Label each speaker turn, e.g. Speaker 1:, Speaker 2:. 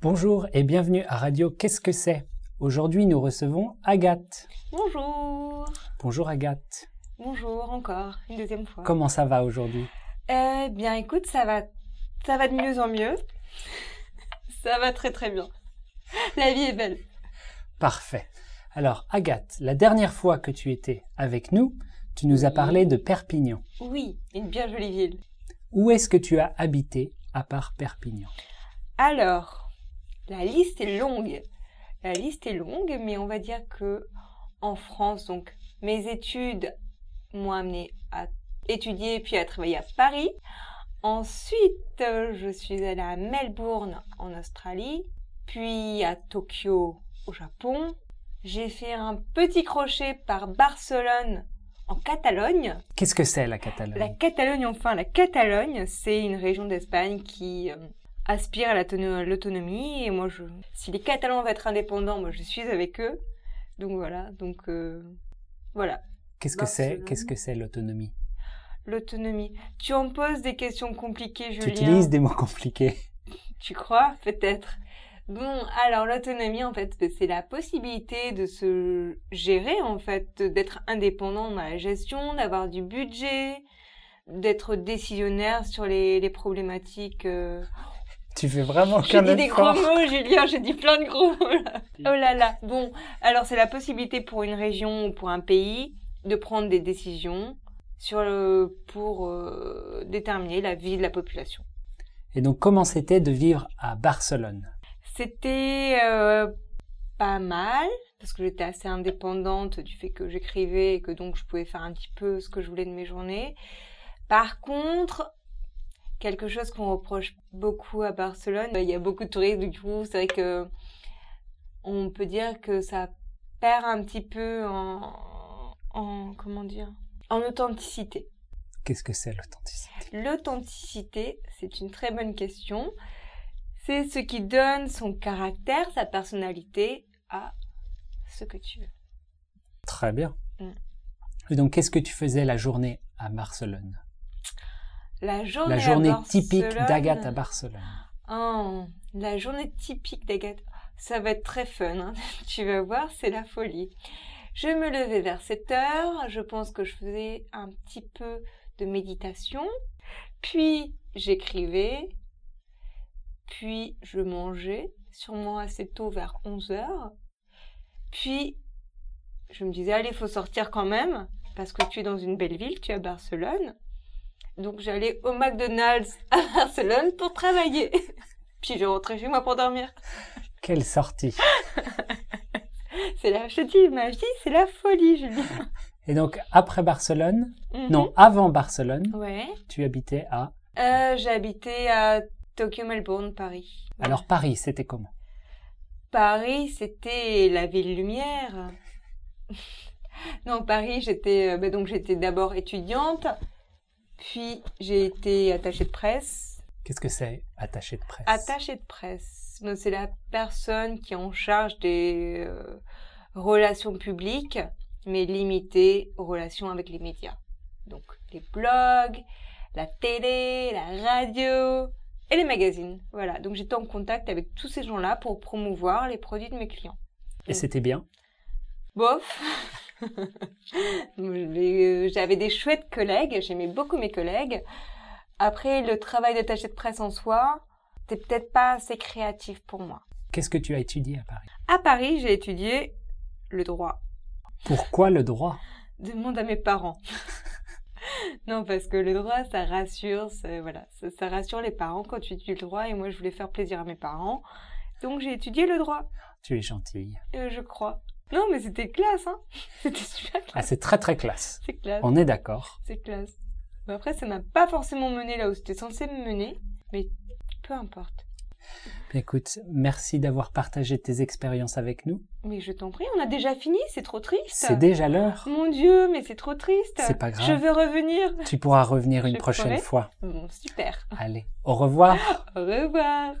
Speaker 1: Bonjour et bienvenue à Radio Qu'est-ce que c'est Aujourd'hui, nous recevons Agathe.
Speaker 2: Bonjour.
Speaker 1: Bonjour Agathe.
Speaker 2: Bonjour encore, une deuxième fois.
Speaker 1: Comment ça va aujourd'hui
Speaker 2: Eh bien écoute, ça va ça va de mieux en mieux. ça va très très bien. La vie est belle.
Speaker 1: Parfait. Alors Agathe, la dernière fois que tu étais avec nous, tu nous as parlé de Perpignan.
Speaker 2: Oui, une bien jolie ville.
Speaker 1: Où est-ce que tu as habité à part Perpignan
Speaker 2: Alors, la liste est longue. La liste est longue, mais on va dire que en France, donc mes études m'ont amené à étudier puis à travailler à Paris. Ensuite, euh, je suis allée à Melbourne en Australie, puis à Tokyo au Japon. J'ai fait un petit crochet par Barcelone en Catalogne.
Speaker 1: Qu'est-ce que c'est la
Speaker 2: La
Speaker 1: Catalogne
Speaker 2: Catalogne, enfin, la Catalogne, c'est une région d'Espagne qui euh, aspire à la tono- l'autonomie. Et moi, je, si les Catalans veulent être indépendants, moi, je suis avec eux. Donc voilà, donc euh, voilà,
Speaker 1: Qu'est-ce que c'est
Speaker 2: Barcelone.
Speaker 1: Qu'est-ce que c'est l'autonomie
Speaker 2: l'autonomie. Tu en poses des questions compliquées,
Speaker 1: Tu
Speaker 2: Julien.
Speaker 1: utilises des mots compliqués.
Speaker 2: Tu crois peut-être Bon, alors l'autonomie, en fait, c'est la possibilité de se gérer, en fait, d'être indépendant dans la gestion, d'avoir du budget, d'être décisionnaire sur les, les problématiques. euh.
Speaker 1: Tu fais vraiment
Speaker 2: J'ai
Speaker 1: aucun
Speaker 2: dit des gros
Speaker 1: effort.
Speaker 2: mots, Julien, j'ai dit plein de gros mots là. Oh là là. Bon, alors c'est la possibilité pour une région ou pour un pays de prendre des décisions sur le, pour euh, déterminer la vie de la population.
Speaker 1: Et donc comment c'était de vivre à Barcelone
Speaker 2: C'était euh, pas mal parce que j'étais assez indépendante du fait que j'écrivais et que donc je pouvais faire un petit peu ce que je voulais de mes journées. Par contre, quelque chose qu'on reproche beaucoup à Barcelone, il y a beaucoup de touristes du coup, c'est vrai que on peut dire que ça perd un petit peu en, en comment dire, en authenticité.
Speaker 1: Qu'est-ce que c'est l'authenticité
Speaker 2: L'authenticité, c'est une très bonne question. C'est ce qui donne son caractère, sa personnalité à ce que tu veux.
Speaker 1: Très bien.
Speaker 2: Mm.
Speaker 1: Et donc qu'est-ce que tu faisais la journée à Barcelone
Speaker 2: La journée,
Speaker 1: La
Speaker 2: à
Speaker 1: journée typique
Speaker 2: Barcelone-
Speaker 1: d'Agathe à Barcelone.
Speaker 2: Oh, la journée typique d'Agathe. Ça va être très fun. hein. Tu vas voir, c'est la folie. Je me levais vers 7 heures. Je pense que je faisais un petit peu de méditation. Puis j'écrivais. Puis je mangeais, sûrement assez tôt vers 11 heures. Puis je me disais, allez, faut sortir quand même, parce que tu es dans une belle ville, tu es à Barcelone. Donc j'allais au McDonald's à Barcelone pour travailler. Puis je rentrais chez moi pour dormir.
Speaker 1: Quelle sortie
Speaker 2: C'est la, je te dis, ma vie, c'est la folie, Julien.
Speaker 1: Et donc après Barcelone,
Speaker 2: Mhm.
Speaker 1: non, avant Barcelone,
Speaker 2: Ouais.
Speaker 1: tu habitais à...
Speaker 2: Euh, j'ai habité à Tokyo, Melbourne, Paris.
Speaker 1: Alors Paris, c'était comment
Speaker 2: Paris, c'était la ville lumière. non, Paris, j'étais euh, bah, donc j'étais d'abord étudiante, puis j'ai été attachée de presse.
Speaker 1: Qu'est-ce que c'est attaché de presse
Speaker 2: Attachée de presse, donc, c'est la personne qui est en charge des euh, relations publiques, mais limitée aux relations avec les médias. Donc les blogs, la télé, la radio et les magazines. Voilà, donc j'étais en contact avec tous ces gens-là pour promouvoir les produits de mes clients.
Speaker 1: Et c'était bien
Speaker 2: Bof. Mais, euh, J'avais des chouettes collègues, j'aimais beaucoup mes collègues. Après, le travail d'attaché de presse en soi, c'était peut-être pas assez créatif pour moi.
Speaker 1: Qu'est-ce que tu as étudié à Paris
Speaker 2: À Paris, j'ai étudié le droit.
Speaker 1: Pourquoi le droit
Speaker 2: Demande à mes parents. non, parce que le droit, ça rassure, ça- voilà, ça, ça rassure les parents quand tu étudies le droit. Et moi, je voulais faire plaisir à mes parents, donc j'ai étudié le droit,
Speaker 1: Tu es gentille.
Speaker 2: euh, je crois. Non, mais c'était classe, hein. C'était super classe.
Speaker 1: Ah, c'est très très classe.
Speaker 2: C'est classe.
Speaker 1: On est d'accord.
Speaker 2: C'est classe. Mais après, ça m'a pas forcément mené là où c'était censé me mener, mais peu importe.
Speaker 1: Écoute, merci d'avoir partagé tes expériences avec nous.
Speaker 2: Mais je t'en prie, on a déjà fini, c'est trop triste.
Speaker 1: C'est déjà l'heure.
Speaker 2: Mon Dieu, mais c'est trop triste.
Speaker 1: C'est pas grave.
Speaker 2: Je veux revenir.
Speaker 1: Tu pourras revenir une
Speaker 2: Je
Speaker 1: prochaine
Speaker 2: promets.
Speaker 1: fois.
Speaker 2: Bon, super.
Speaker 1: Allez, au revoir.
Speaker 2: Au revoir.